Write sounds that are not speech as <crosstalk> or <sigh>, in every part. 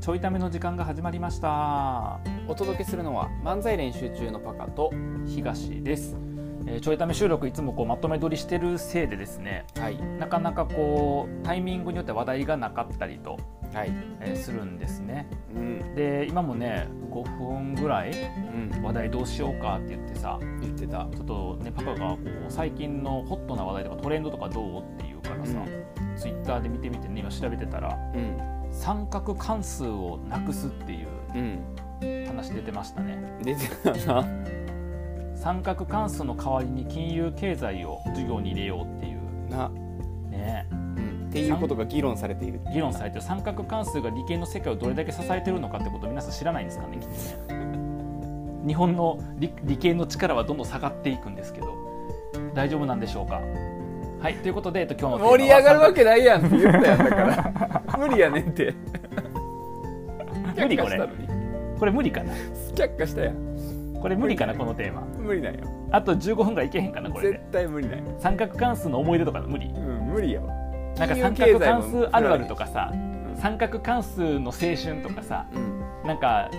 ちょいための時間が始まりましたお届けするのは漫才練習中のパカと東です、えーちょいため収録いつもこうまとめ撮りしてるせいでですねはいなかなかこうタイミングによって話題がなかったりと、はいえーするんですねうんで今もね5分ぐらいうん話題どうしようかって言ってさ言ってたちょっとねパパがこう最近のホットな話題とかトレンドとかどうっていうからさ、ツイッターで見てみてね今調べてたらうん三角関数をなくすっていううん話出てましたね出てたな三角関数の代わりに金融経済を授業に入れようっていな、うねうん、っていうことが議論されている議論されてる三角関数が理系の世界をどれだけ支えてるのかってことを皆さん知らないんですかねきっとね日本の理理系の力はどんどん下がっていくんですけど大丈夫なんでしょうかはいということで、えっと、今日のテーマは <laughs> 盛り上がるわけないやんって言ったやんだから <laughs> 無理やねんって無理これ却下したのにこれ無理かな却下したやんこれ無理かなこのテーマ無理なんよあと15分ぐらいいけへんかなこれ絶で対無理なんよ三角関数の思い出とか無理うん無理やわなんか三金角融経済も関数あるあるとかさうん三角関数の青春とかさうんなんか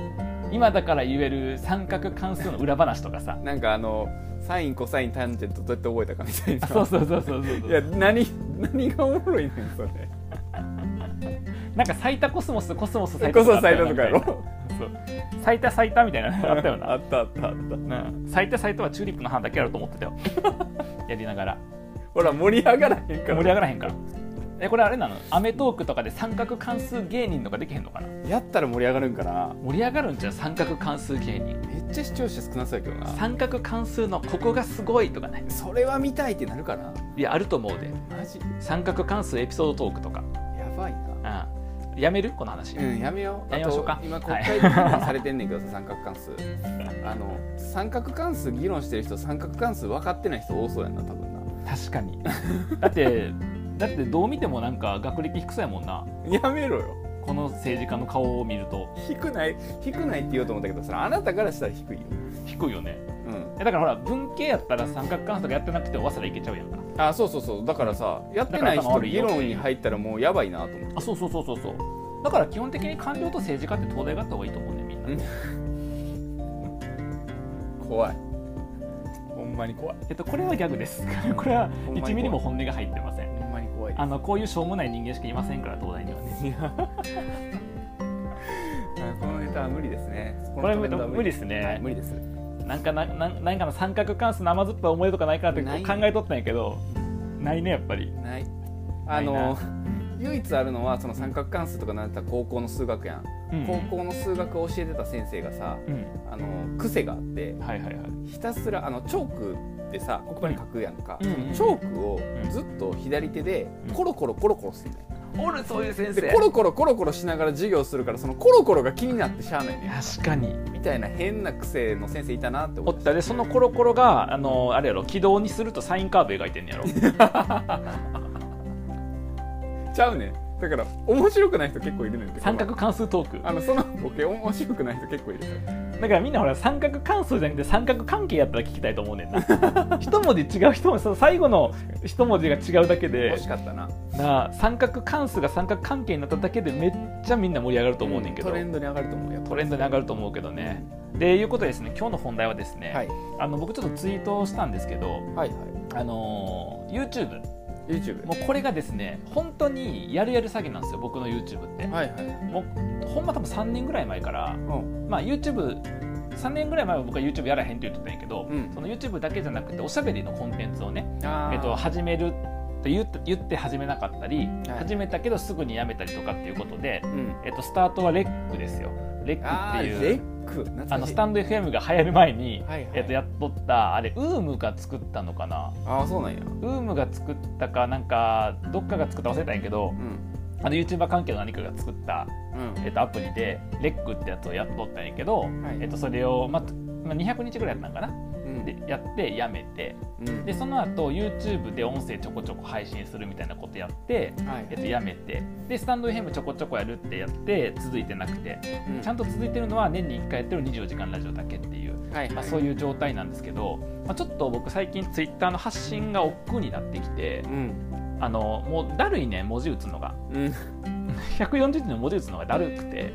今だから言える三角関数の裏話とかさなんかあのサインコサインタンジェントどうやって覚えたかみたいなあそうそうそうそうそうそうや何何がおもろいねんそれなんか咲いたコスモスコスモス咲いたこそサイトとかやみたいろなそう咲いた咲いたみたいなのあったよあなったあったうあったん咲いた咲いたはチューリップの花だけあると思ってた <laughs> よやりながらほら盛り上がらへんから盛り上がらへんからえこれあれなのアメトークとかで三角関数芸人とかできへんのかなやったら盛り上がるんかな盛り上がるんじゃう三角関数芸人めっちゃ視聴者少なそうやけどな三角関数のここがすごいとかねそれは見たいってなるかないやあると思うでマジ三角関数エピソードトークとか、やばいなうん、やめるこの話、うんやめようやめましょうかあと今国はい会で議論されてんねんけどさ、 <laughs> 三角関数あの三角関数議論してる人三角関数分かってない人多そうやんな多分な確かにだってだってどう見てもなんか学歴低そうやもんなやめろよこの政治家の顔を見ると低くない低くないって言おうと思ったけどそれあなたからしたら低いよ低いよねうんえだからほら文系やったら三角関数とかやってなくても早稲田いけちゃうやんかあそうそうそうだからさやってないだから頭人悪い議よ論に入ったらもうやばいなと思ってあそうそうそうそうそうだから基本的に官僚と政治家って東大があった方がいいと思うねみんなうん怖いほんまに怖いえっとこれはギャグですこれは1ミリも本音が入ってませんほんまに怖いあのこういうしょうもない人間しかいませんから東大にはねいやこのネタは無理ですね <laughs> これは無このネタは無理ですねはい無理ですなんかななんなんかの三角関数生ずっぱい思い出とかないかなってない考えとったんやけどないねやっぱりないあの唯一あるのはその三角関数とかなった高校の数学やん、うん高校の数学を教えてた先生がさうんあの癖があってはいはいはいひたすらあのチョークってさ黒板に書くやんか、うんそのチョークをずっと左手でうんコロコロコロコロしてんねんおるそういう先でコロコロコロコロしながら授業するからそのコロコロが気になってしゃあないねん確かにみたいな変な癖の先生いたなってお思っったでそのコロコロがあのあれやろ軌道にするとサインカーブ描いてんねや <laughs> ろてちゃうねんだから面白くない人結構いるねんって三角関数トークあのそのボケ面白くない人結構いるだからみんなほら三角関数じゃなくて三角関係やったら聞きたいと思うねん <laughs> な一文字違う一文字その最後の一文字が違うだけで惜しかったななあ三角関数が三角関係になっただけでめっちゃみんな盛り上がると思うねんけど、トレンドに上がると思うよトレンドに上がると思うけどね。でいうことでですね今日の本題はですね、はいあの僕ちょっとツイートをしたんですけど、はいはあのー YouTube い YouTube もうこれがですね本当にやるやる詐欺なんですよ僕の YouTube って、はいはいもうほんま多分3年ぐらい前から、うんまあ、YouTube3 年ぐらい前は僕は YouTube やらへんって言ってたんやけど、うんその YouTube だけじゃなくておしゃべりのコンテンツをねあーえっと、始めるって言って言って始めなかったり、はい始めたけどすぐにやめたりとかっていうことで、うんえっと、スタートはレックですよレッあクってーいレうック懐かしいあのスタンド FM が流行る前に、はいはいえっと、やっとったあれウームが作ったのかなああそうなんやウームが作ったかなんかどっかが作ったか忘れたんやけどうんあの YouTuber 関係の何かが作った、うんえっと、アプリでレックってやつをやっとったんやけど、いえっと、それを、まあ、まあ200日ぐらいやったんかなうんでやってやめて。うんでその後 YouTube で音声ちょこちょこ配信するみたいなことやって、はいえっと、やめてでスタンド FM ちょこちょこやるってやって続いてなくてうんちゃんと続いてるのは年に1回やってる24時間ラジオだけっていう、はいはいまあ、そういう状態なんですけど、まあ、ちょっと僕最近 Twitter の発信が億劫になってきてうんあのもうだるいね文字打つのがうん140字の文字打つのがだるくて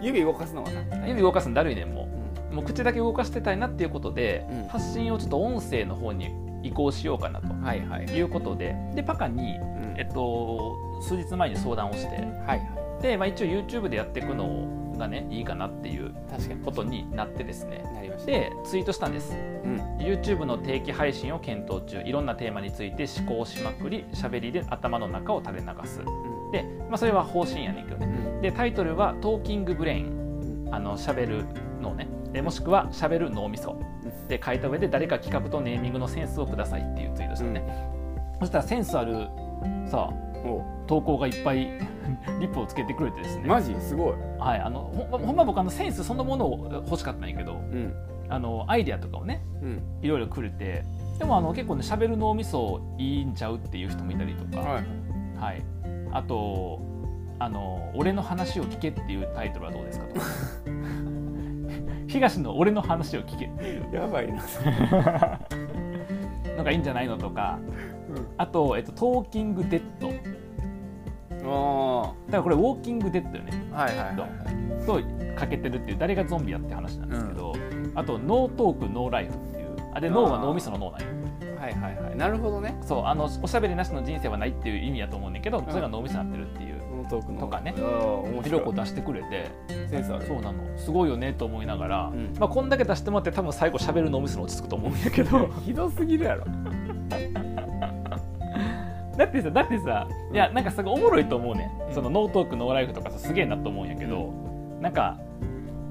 指動かすのがな指動かすのだるいねんもううもう口だけ動かしてたいなっていうことで、うん発信をちょっと音声の方に移行しようかなとんはいはいいうことででパカに、うんえっと、数日前に相談をしてはいはで、まあ、一応 YouTube でやっていくのがねいいかなっていうい確かにことになってですねなりましたでツイートしたんですうん YouTube の定期配信を検討中いろんなテーマについて思考しまくりしゃべりで頭の中を垂れ流すうんで、まあ、それは方針やねんけどねでタイトルは「トーキングブレイン」あの喋る脳ねでもしくは「喋る脳みそ」で書いた上で誰か企画とネーミングのセンスをくださいっていうツイートしたのね、そしたらセンスあるさうんお投稿がいっ <laughs> ぱいリップをつけてくれてですね、マジすごいはい、あのほんまほんま僕あのセンスそのものを欲しかったんやけどうんあのアイデアとかをねうんいろいろくれてでもあの結構ね喋る脳みそいいんちゃうっていう人もいたりとか、はいはい、あとあの「俺の話を聞け」っていうタイトルはどうですか <laughs> とか東の「俺の話を聞け」っていうやばいなのがいいんじゃないのとか <laughs> うんあと、えっと「トーキングデッド」だかあらこれ「ウォーキングデッド」よねあはいはいはいはいとかけてるっていう誰がゾンビやって話なんですけど、あと「ノートークノーライフ」っていうあで脳は脳みその脳なんよはいはいはいなるほどねそうあのおしゃべりなしの人生はないっていう意味やと思うねんだけど、それが脳みそになってるっていうこのトークのとかねああ面白色いを出してくれて。センスあるそうなのすごいよねと思いながら、うんまあ、こんだけ出してもらって多分最後しゃべるのミスの落ち着くと思うんやけど <laughs> ひどすぎるやろ <laughs> だってさだってさうんいやなんかすごいおもろいと思うね、うんん、そのノートークノーライフとかさすげえなと思うんやけど、なんか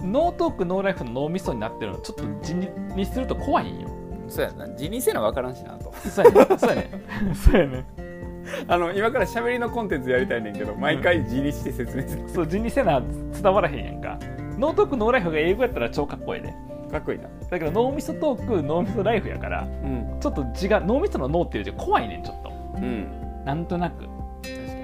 ノートークノーライフの脳みそになってるのちょっと地ににすると怖いんよ。そうやな辞任せな分からんしなとそうやね。そうやね。 <laughs> そうやね。あの今から喋りのコンテンツやりたいねんけど毎回辞任して説明するそう地にせな伝わらへんやんか。ノートークノーライフが英語やったら超かっこいいね。 <laughs> かっこいいなだけど脳みそトーク脳みそライフやからうんちょっと違う脳みその脳っていう字怖いねんちょっと。うんなんとなく確か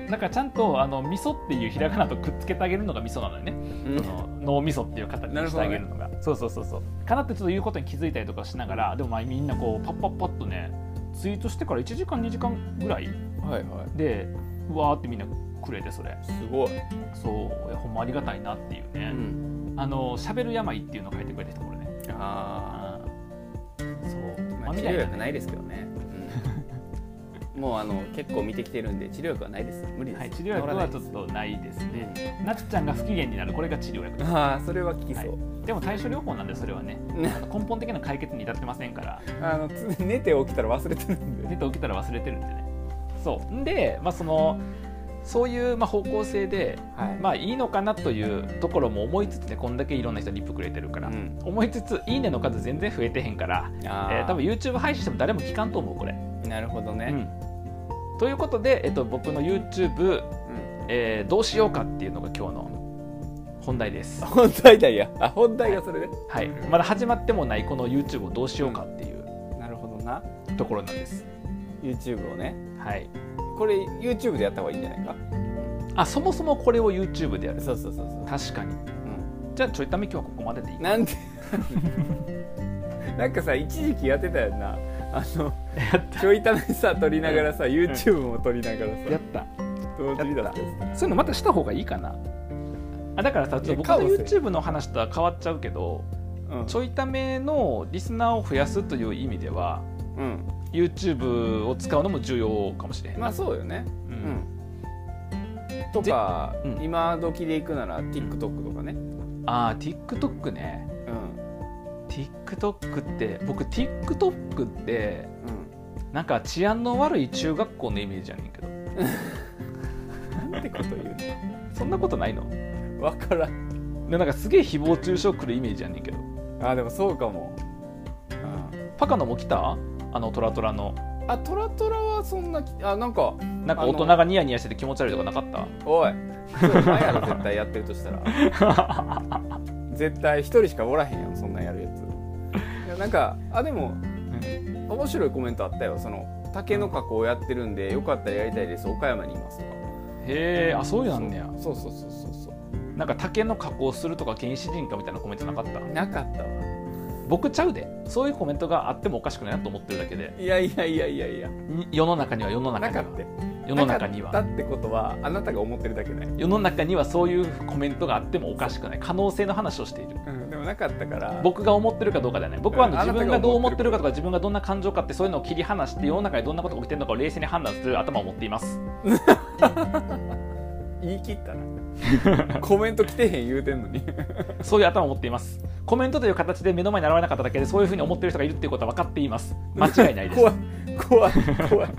にだからちゃんとあの味噌っていうひらがなとくっつけてあげるのが味噌なのよね、うんその脳味噌っていう形にしてあげるのがそうそうそうそうかなってちょっと言うことに気づいたりとかしながらでもまあみんなこうパッパッパッとねツイートしてから1時間2時間ぐらいはいはいでうわーってみんなくれてそれすごい、そういやほんまありがたいなっていううね、ん、あのしゃべる病っていうのを書いてくれた人もいるねあああそうまあ、まああ、み治た療いな薬ないですけどね、うん <laughs> もうあの結構見てきてるんで治療薬はないです無理です、はい、治療薬はちょっとないですねなっちゃんが不機嫌になるこれが治療薬ですああそれは聞きそう、でも対処療法なんでそれはねねあの根本的な解決に至ってませんからあのつ寝て起きたら忘れてるんで寝て起きたら忘れてるんでねそうんで、まあ、そのそういうまあ方向性で、はいまあ、いいのかなというところも思いつつねこんだけいろんな人にリップくれてるから、うん思いつつ「いいね」の数全然増えてへんから、あえー多分 YouTube 配信しても誰も聞かんと思うこれ。なるほどね、うんということで、えっと、僕の YouTube、うんえーどうしようかっていうのが今日の本題です。本題だやあ本題がそれで、はい、まだ始まってもないこの YouTube をどうしようかっていうなるほどなところなんです。 YouTube をねはい、これ YouTube でやった方がいいんじゃないかあそもそもこれを YouTube でやるそうそうそうそう、確かにうじゃあちょいため今日はここまででいいん、なんで <laughs> なんかさ一時期やってたよなあのちょいためさ撮りながらさ YouTube も撮りながらやさった同時にだったやつそういうのまたした方がいいかなあだからさちょっと僕のいやカオス YouTube の話とは変わっちゃうけどうんちょいためのリスナーを増やすという意味ではうん、 YouTube を使うのも重要かもしれへんまあそうよねううんんとか、うん今時で行くなら TikTok とかねあー TikTok ねうん TikTok って僕 TikTok ってうなんか治安の悪い中学校のイメージやねんけどんなんてこと言うそんなことないののわからんでなんかすげえ誹謗中傷くるイメージやねんけどあでもそうかも、パカのも来たあのトラトラのうん、あトラトラはそんなきあなんかなんか大人がニヤニヤしてて気持ち悪いとかなかったおいそれお前やろ絶対やってるとしたら <laughs> 絶対一人しかおらへんやんそんなんやるやついやなんかあでも面白いコメントあったよそのタケノカコをやってるんでよかったらやりたいです岡山にいますとかへえあそういうのなんねやそうそうそうそうそうなんか竹の加工するとか原始人かみたいなコメントなかったなかったわ僕ちゃうでそういうコメントがあってもおかしくないなと思ってるだけでいやいやいやいやいやに世の中には世の中なにかはったよ世の中にはだってことはあなたが思ってるだけない、世の中にはそういうコメントがあってもおかしくない可能性の話をしているうん、でもなかったから僕が思ってるかどうかじゃない僕はあのうんあ自なたが分がどう思思っっててるるかとか自分がどんな感情かってそういうのを切り離して世の中にどんなことが起きてるのかを冷静に判断する頭を持っています言い切ったなコメント来てへん言うてんのにそういう頭を持っていますコメントという形で目の前に現れなかっただけでそういうふうに思ってる人がいるっていうことは分かっています間違いないです怖い怖い怖い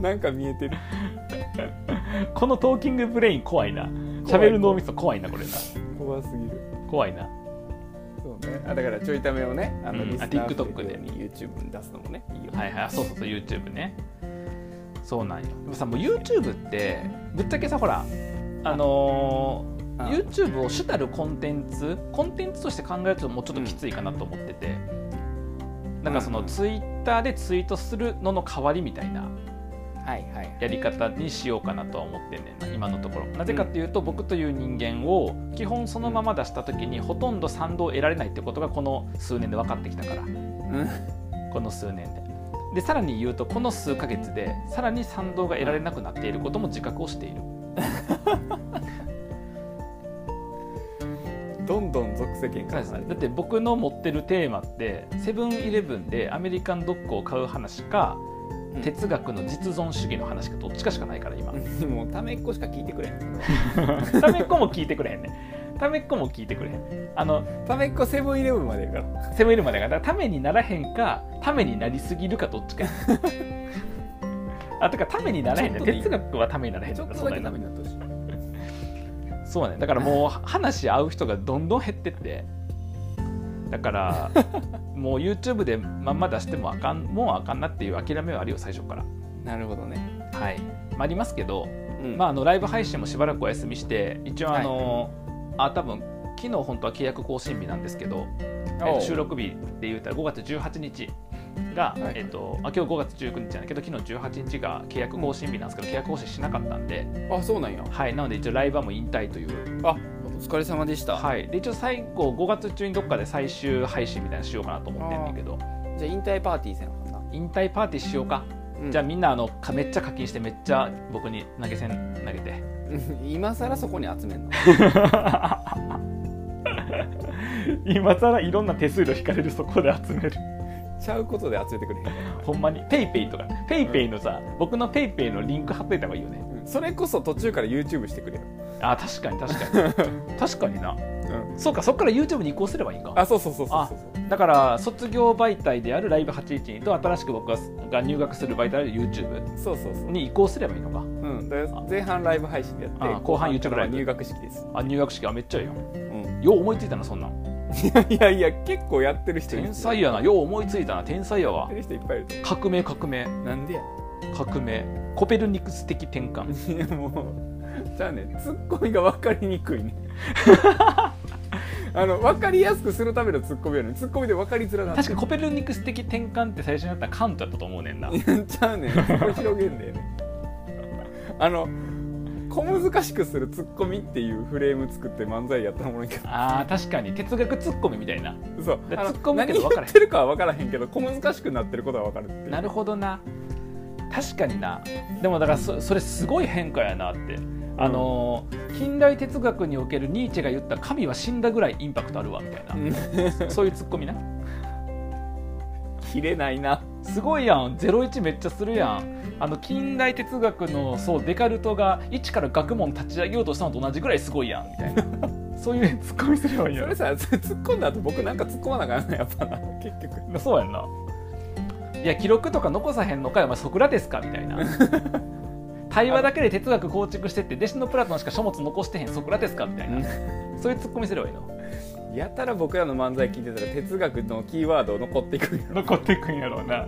なんか見えてるこのトーキングブレイン怖いな怖い喋る脳みそ怖いなこれな怖すぎる怖いなそうねあだからちょいためをねあの、うんリスナあー TikTok でに YouTube に出すのもねいいよ、はいはいそうそうそう YouTube ねそうなんよでもさもう YouTube ってぶっちゃけさほらあのあー、YouTube を主たるコンテンツコンテンツとして考えるともうちょっときついかなと思ってて、なんかそのうん Twitter でツイートするのの代わりみたいなはいはいやり方にしようかなとは思ってんねんな今のところなぜかっていうと、僕という人間を基本そのまま出した時にほとんど賛同を得られないってことがこの数年で分かってきたからうんこの数年で。でさらに言うとこの数ヶ月でさらに賛同が得られなくなっていることも自覚をしているどんどん属世間から離れてだって僕の持ってるテーマってセブンイレブンでアメリカンドッグを買う話かうん哲学の実存主義の話かどっちかしかないから今うんもうためっこしか聞いてくれへんためっこも聞いてくれへんねためっこも聞いてくれへんあのためっこセブンイレブンまでやからセブンイレブンだからだからためにならへんかためになりすぎるかどっちかや <laughs> あとかためにならへんねちょっとでいい哲学はためにならへんちょっとそうだだよなけためになってほしいそうねだからもう話し合う人がどんどん減ってってだから <laughs> もう YouTube でまんま出してもあかんもうあかんなっていう諦めはあるよ最初からなるほどね、はい、まあ、ありますけど、うんまあ、あのライブ配信もしばらくお休みして一応あの、あ多分昨日本当は契約更新日なんですけど、えっと収録日で言うたら5月18日が、はいえっと、あ今日5月19日なんだけど昨日18日が契約更新日なんですけど、契約更新しなかったんで、あそうなんやはい、なので一応ライブはもう引退という、あお疲れ様でした、はい、で一応最後5月中にどっかで最終配信みたいなのしようかなと思ってんだけどじゃあ引退パーティーせなあかんな、引退パーティーしようか、じじゃゃあみんなあのかめっちゃ課金してめっちゃ僕に投げ銭投げて <laughs> 今更そこに集めんの <laughs> 今更いろんな手数料引かれるそこで集めるちゃうことで集めてくれへんかほんまにペイペイとかペイペイのさ、僕のペイペイのリンク貼っといた方がいいよねら、それこそ途中から YouTube してくれよ、あ確かに確かに確かになうん、そうかそっから YouTube に移行すればいいんかあそうそうそうそうそうだから卒業媒体であるライブ812と新しく僕が入学する媒体である YouTube そうそうそうに移行すればいいのかうん、だから前半ライブ配信でやってあ後半 YouTube ライブ入学式です、あ入学式はめっちゃいいようん、よう思いついたなそんなん <laughs> いやいや結構やってる人いる天才やなよう思いついたな天才ややっわてる人いっぱいいると革命革命思うなんでや革命コペルニクス的転換いやもうじゃあねツッコミが分かりにくいねあの分かりやすくするためのツッコミやのにツッコミで分かりづらなった確かコペルニクス的転換って最初にあったカントやったと思うねんないやちゃうねんそこ広げんだよねあの小難しくするツッコミっていうフレーム作って漫才やったらおもろいけどあー確かに哲学ツッコミみたいなそうだからあのツッコむけど分何からへん言ってるかは分からへんけど小難しくなってることは分かるっていうなるほどな確かになでもだからそそれすごい変化やなってあのー近代哲学におけるニーチェが言った「神は死んだぐらいインパクトあるわ」みたいな、そういうツッコミな切れないなすごいやん01めっちゃするやんあの近代哲学のそうデカルトが一から学問立ち上げようとしたのと同じぐらいすごいやんみたいなそういうツッコミすればいいそやれさ突っ込んだ後僕なんか突っ込まなあかんなやっぱな結局んそうやんないや記録とか残さへんのかよお前ソクラテスかみたいな <laughs> 対話だけで哲学構築してって弟子のプラトンしか書物残してへんソクラテスかみたいなそういうツッコミすればいいのやたら僕らの漫才聞いてたら哲学のキーワード残っていくんやろ残っていくんやろうな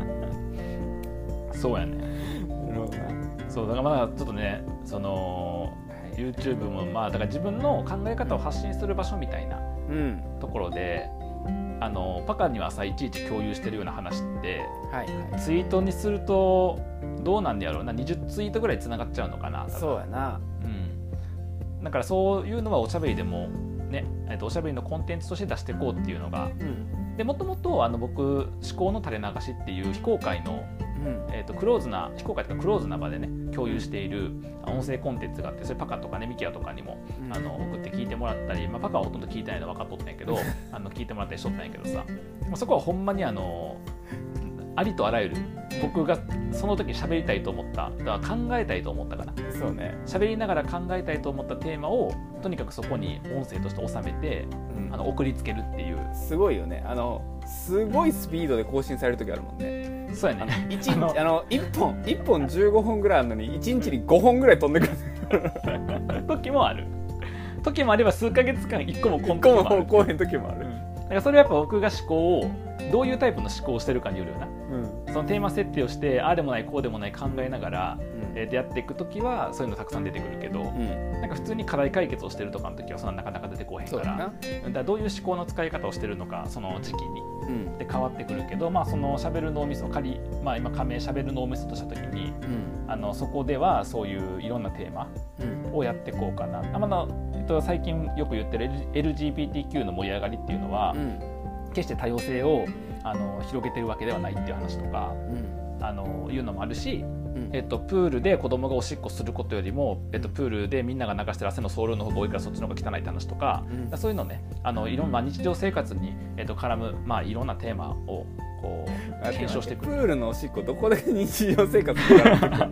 <laughs> そうやねそうだからまだちょっとねその YouTube もまあだから自分の考え方を発信する場所みたいなうんところであのパカにはさいちいち共有してるような話ってはいはツイートにするとどうなんやろうな20ツイートぐらいつながっちゃうのかな多い分そうやなうん、だからそういうのはおしゃべりでもね、えっとおしゃべりのコンテンツとして出していこうっていうのがうんでもともとあの僕「思考の垂れ流し」っていう非公開のうんえー、とクローズな非公開というかクローズな場でね共有している音声コンテンツがあってそれパカとかねミキアとかにもあの送って聞いてもらったり、まあ、パカはほとんど聞いてないの分かっとったんや <laughs> けどあの聞いてもらったりしとったんやけどさもうそこはほんまにあのありとあらゆる僕がその時喋りたいと思っただから考えたいと思ったからそうね、喋りながら考えたいと思ったテーマをとにかくそこに音声として収めてうんあの送りつけるっていうすごいよねあのすごいスピードで更新される時あるもんねそうやあの <laughs> ね一あの日あの一本一本15本ぐらいあるのに一日に5本ぐらい飛んでくる時もある時もあれば数ヶ月間一個もコン1テンツ個もあるもこうへん時もある、だからそれはやっぱ僕が思考をどういうタイプの思考をしてるかによるよなうんそのテーマ設定をしてああでもないこうでもない考えながら、えーでやっていく時はそういうのたくさん出てくるけど、うん、なんか普通に課題解決をしてるとかの時はそんななかなか出てこへんかそうだらな、だからどういう思考の使い方をしてるのかその時期にうんで変わってくるけどまあそのしゃべる脳みそ仮、まあ、今仮名しゃべる脳みそとした時にうんあのそこではそういういろんなテーマうんをやっていこうかな。あまだえっと、最近よく言ってる L- LGBTQ の盛り上がりっていうのは、決して多様性をあの広げてるわけではないっていう話とかうんあのいうのもあるし、うんえっと、プールで子供がおしっこすることよりも、えっと、プールでみんなが流してる汗の総量の方が多いからそっちの方が汚いって話とか、うんそういうのねあのいろんな日常生活に、えっと、絡む、まあ、いろんなテーマをこう検証していくプールのおしっこどこで日常生活でやってく <laughs> る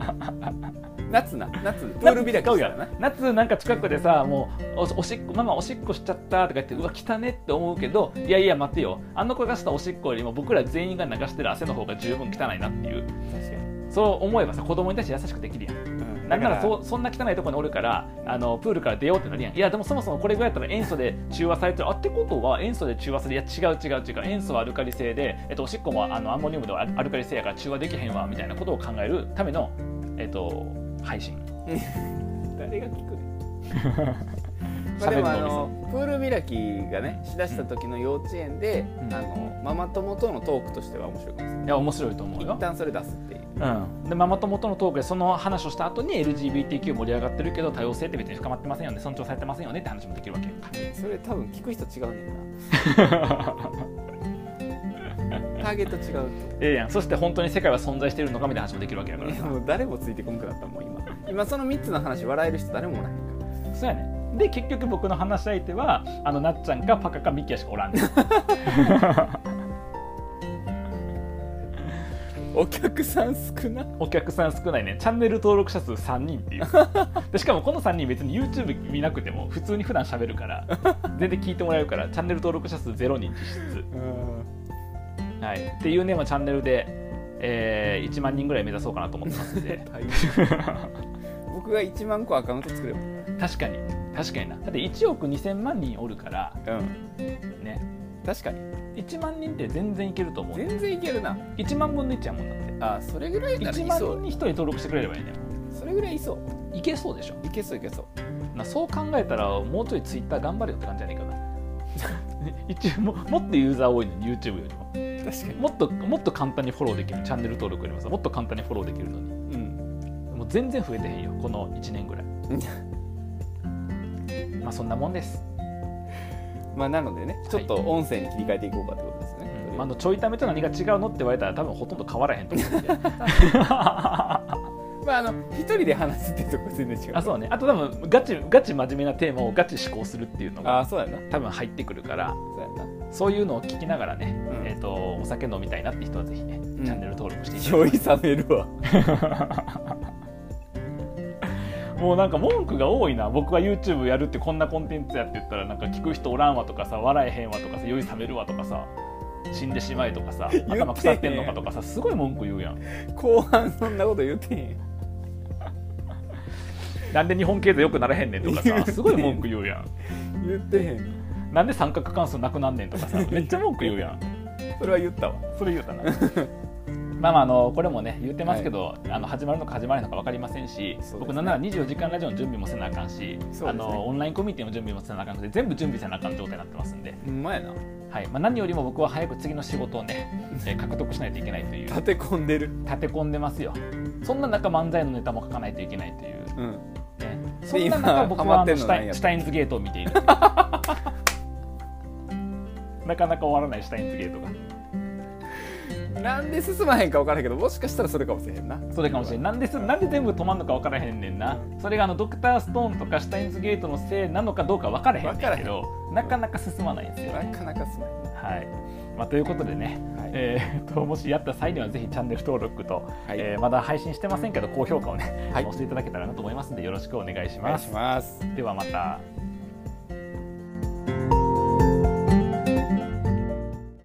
夏な夏プール開きしたらな夏なんか近くでさもうおおしっこママおしっこしちゃったとか言ってうわ汚ねって思うけどいやいや待てよあの子がしたおしっこよりも僕ら全員が流してる汗の方が十分汚いなっていう確かに、そう思えばさ子供に対して優しくできるやんうんなんならだそそんな汚いところにおるからあのプールから出ようってなるやんいやでもそもそもこれぐらいやったら塩素で中和されてるあってことは塩素で中和するいや違う違う違う塩素はアルカリ性で、えっと、おしっこもあのアンモニウムではアルアルカリ性やから中和できへんわみたいなことを考えるための、えっと、配信誰が聞くね <laughs> ま喋あでるもあののプール開きがねしだした時の幼稚園で、うんあのママ友とのトークとしては面白いかもしれないいや面白いと思う一よ、旦それ出すっていううん、でママ友とのトークでその話をした後に LGBTQ 盛り上がってるけど多様性って別に深まってませんよね尊重されてませんよねって話もできるわけやんかそれ多分聞く人違うね <laughs> んなターゲット違うとええやんそして本当に世界は存在してるのかみたいな話もできるわけやからいやさもう誰もついてこんくなったもん今今その3つの話笑える人誰もおらへんからそうやねで結局僕の話し相手はあのなっちゃんかパカかミキヤしかおらん <laughs> ねんお客さん少なお客さん少ないねチャンネル登録者数3人っていうでしかもこの3人別に YouTube 見なくても普通に普段喋るから全然聞いてもらえるからチャンネル登録者数0人実質はい、っていうね、まあ、チャンネルで、えー1万人ぐらい目指そうかなと思ってますん <laughs> で僕が1万個アカウント作れば <laughs> 確かに確かになだって1億2000万人おるからうんね確かに1万人って全然いけると思う全然いけるな1万分の1やもんだってあそれぐらいなら1い万そ人うに1人登録してくれればいいねそれぐらいいそういけそうでしょいけそういけそうなそう考えたらもうちょいツイッター頑張れよって感じじゃねえかな <laughs> 一応ももっとユーザー多いのに YouTube よりも確かにもっともっと簡単にフォローできるチャンネル登録よりもさもっと簡単にフォローできるのにうんもう全然増えてへんよこの1年ぐらいまあそんなもんです、まあなのでねちょっと音声に切り替えていこうかってことですね、まあ、あのちょいためと何が違うのって言われたら多分ほとんど変わらへんと思うんでまああの一人で話すってとこ全然違うあそうねあと多分ガチガチ真面目なテーマをガチ思考するっていうのあがあそうやな多分入ってくるからそうやな <laughs> そういうのを聞きながらね、うんえー、とお酒飲みたいなって人はぜひね、んチャンネル登録していただいて酔い冷めるわもうなんか文句が多いな僕は YouTube やるってこんなコンテンツやって言ったらなんか聞く人おらんわとかさ笑えへんわとかさ酔い冷めるわとかさ死んでしまえと <laughs> かさんねん頭腐ってんのかとかさすごい文句言うやん後半そんなこと言ってへんなんで日本経済良くならへんねんとか言うさてんすごい文句言うやん言ってへんなんで三角関数なくなんねんとか <laughs> さめっちゃ文句言うやんそれは言ったわそれ言うたな <laughs> まあまああのこれもね言ってますけど、あの始まるのか始まらないのか分かりませんし、そうですね僕なんなら24時間ラジオの準備もせなあかんし、すねあのオンラインコミュニティの準備もせなあかんので全部準備せなあかん状態になってますんでほんまやなはいまあ、何よりも僕は早く次の仕事をね、 <laughs> えー獲得しないといけないという立立て込んでるて込んでますよそんな中漫才のネタも書かないといけないという、うんね、そんな中今僕ハマはあってのんのシュタ何イやンとシュタインズゲートを見てい <laughs> るなかなか終わらないシュタインズゲートがなんで進まへんか分からへんけどもしかしたらそれかもしれへんなそれかもしれんなんですなんで全部止まんのか分からへんねんなそれがあのドクターストーンとかシュタインズゲートのせいなのかどうか分からへんねんけどなかなか進まないんですよね、なかなか進まへんはいまあ、ということでね、はいえーっともしやった際にはぜひチャンネル登録と、はいえーまだ配信してませんけど高評価をね、はい押していただけたらなと思いますのでよろしくお願いしお願まいしす。ますではまた。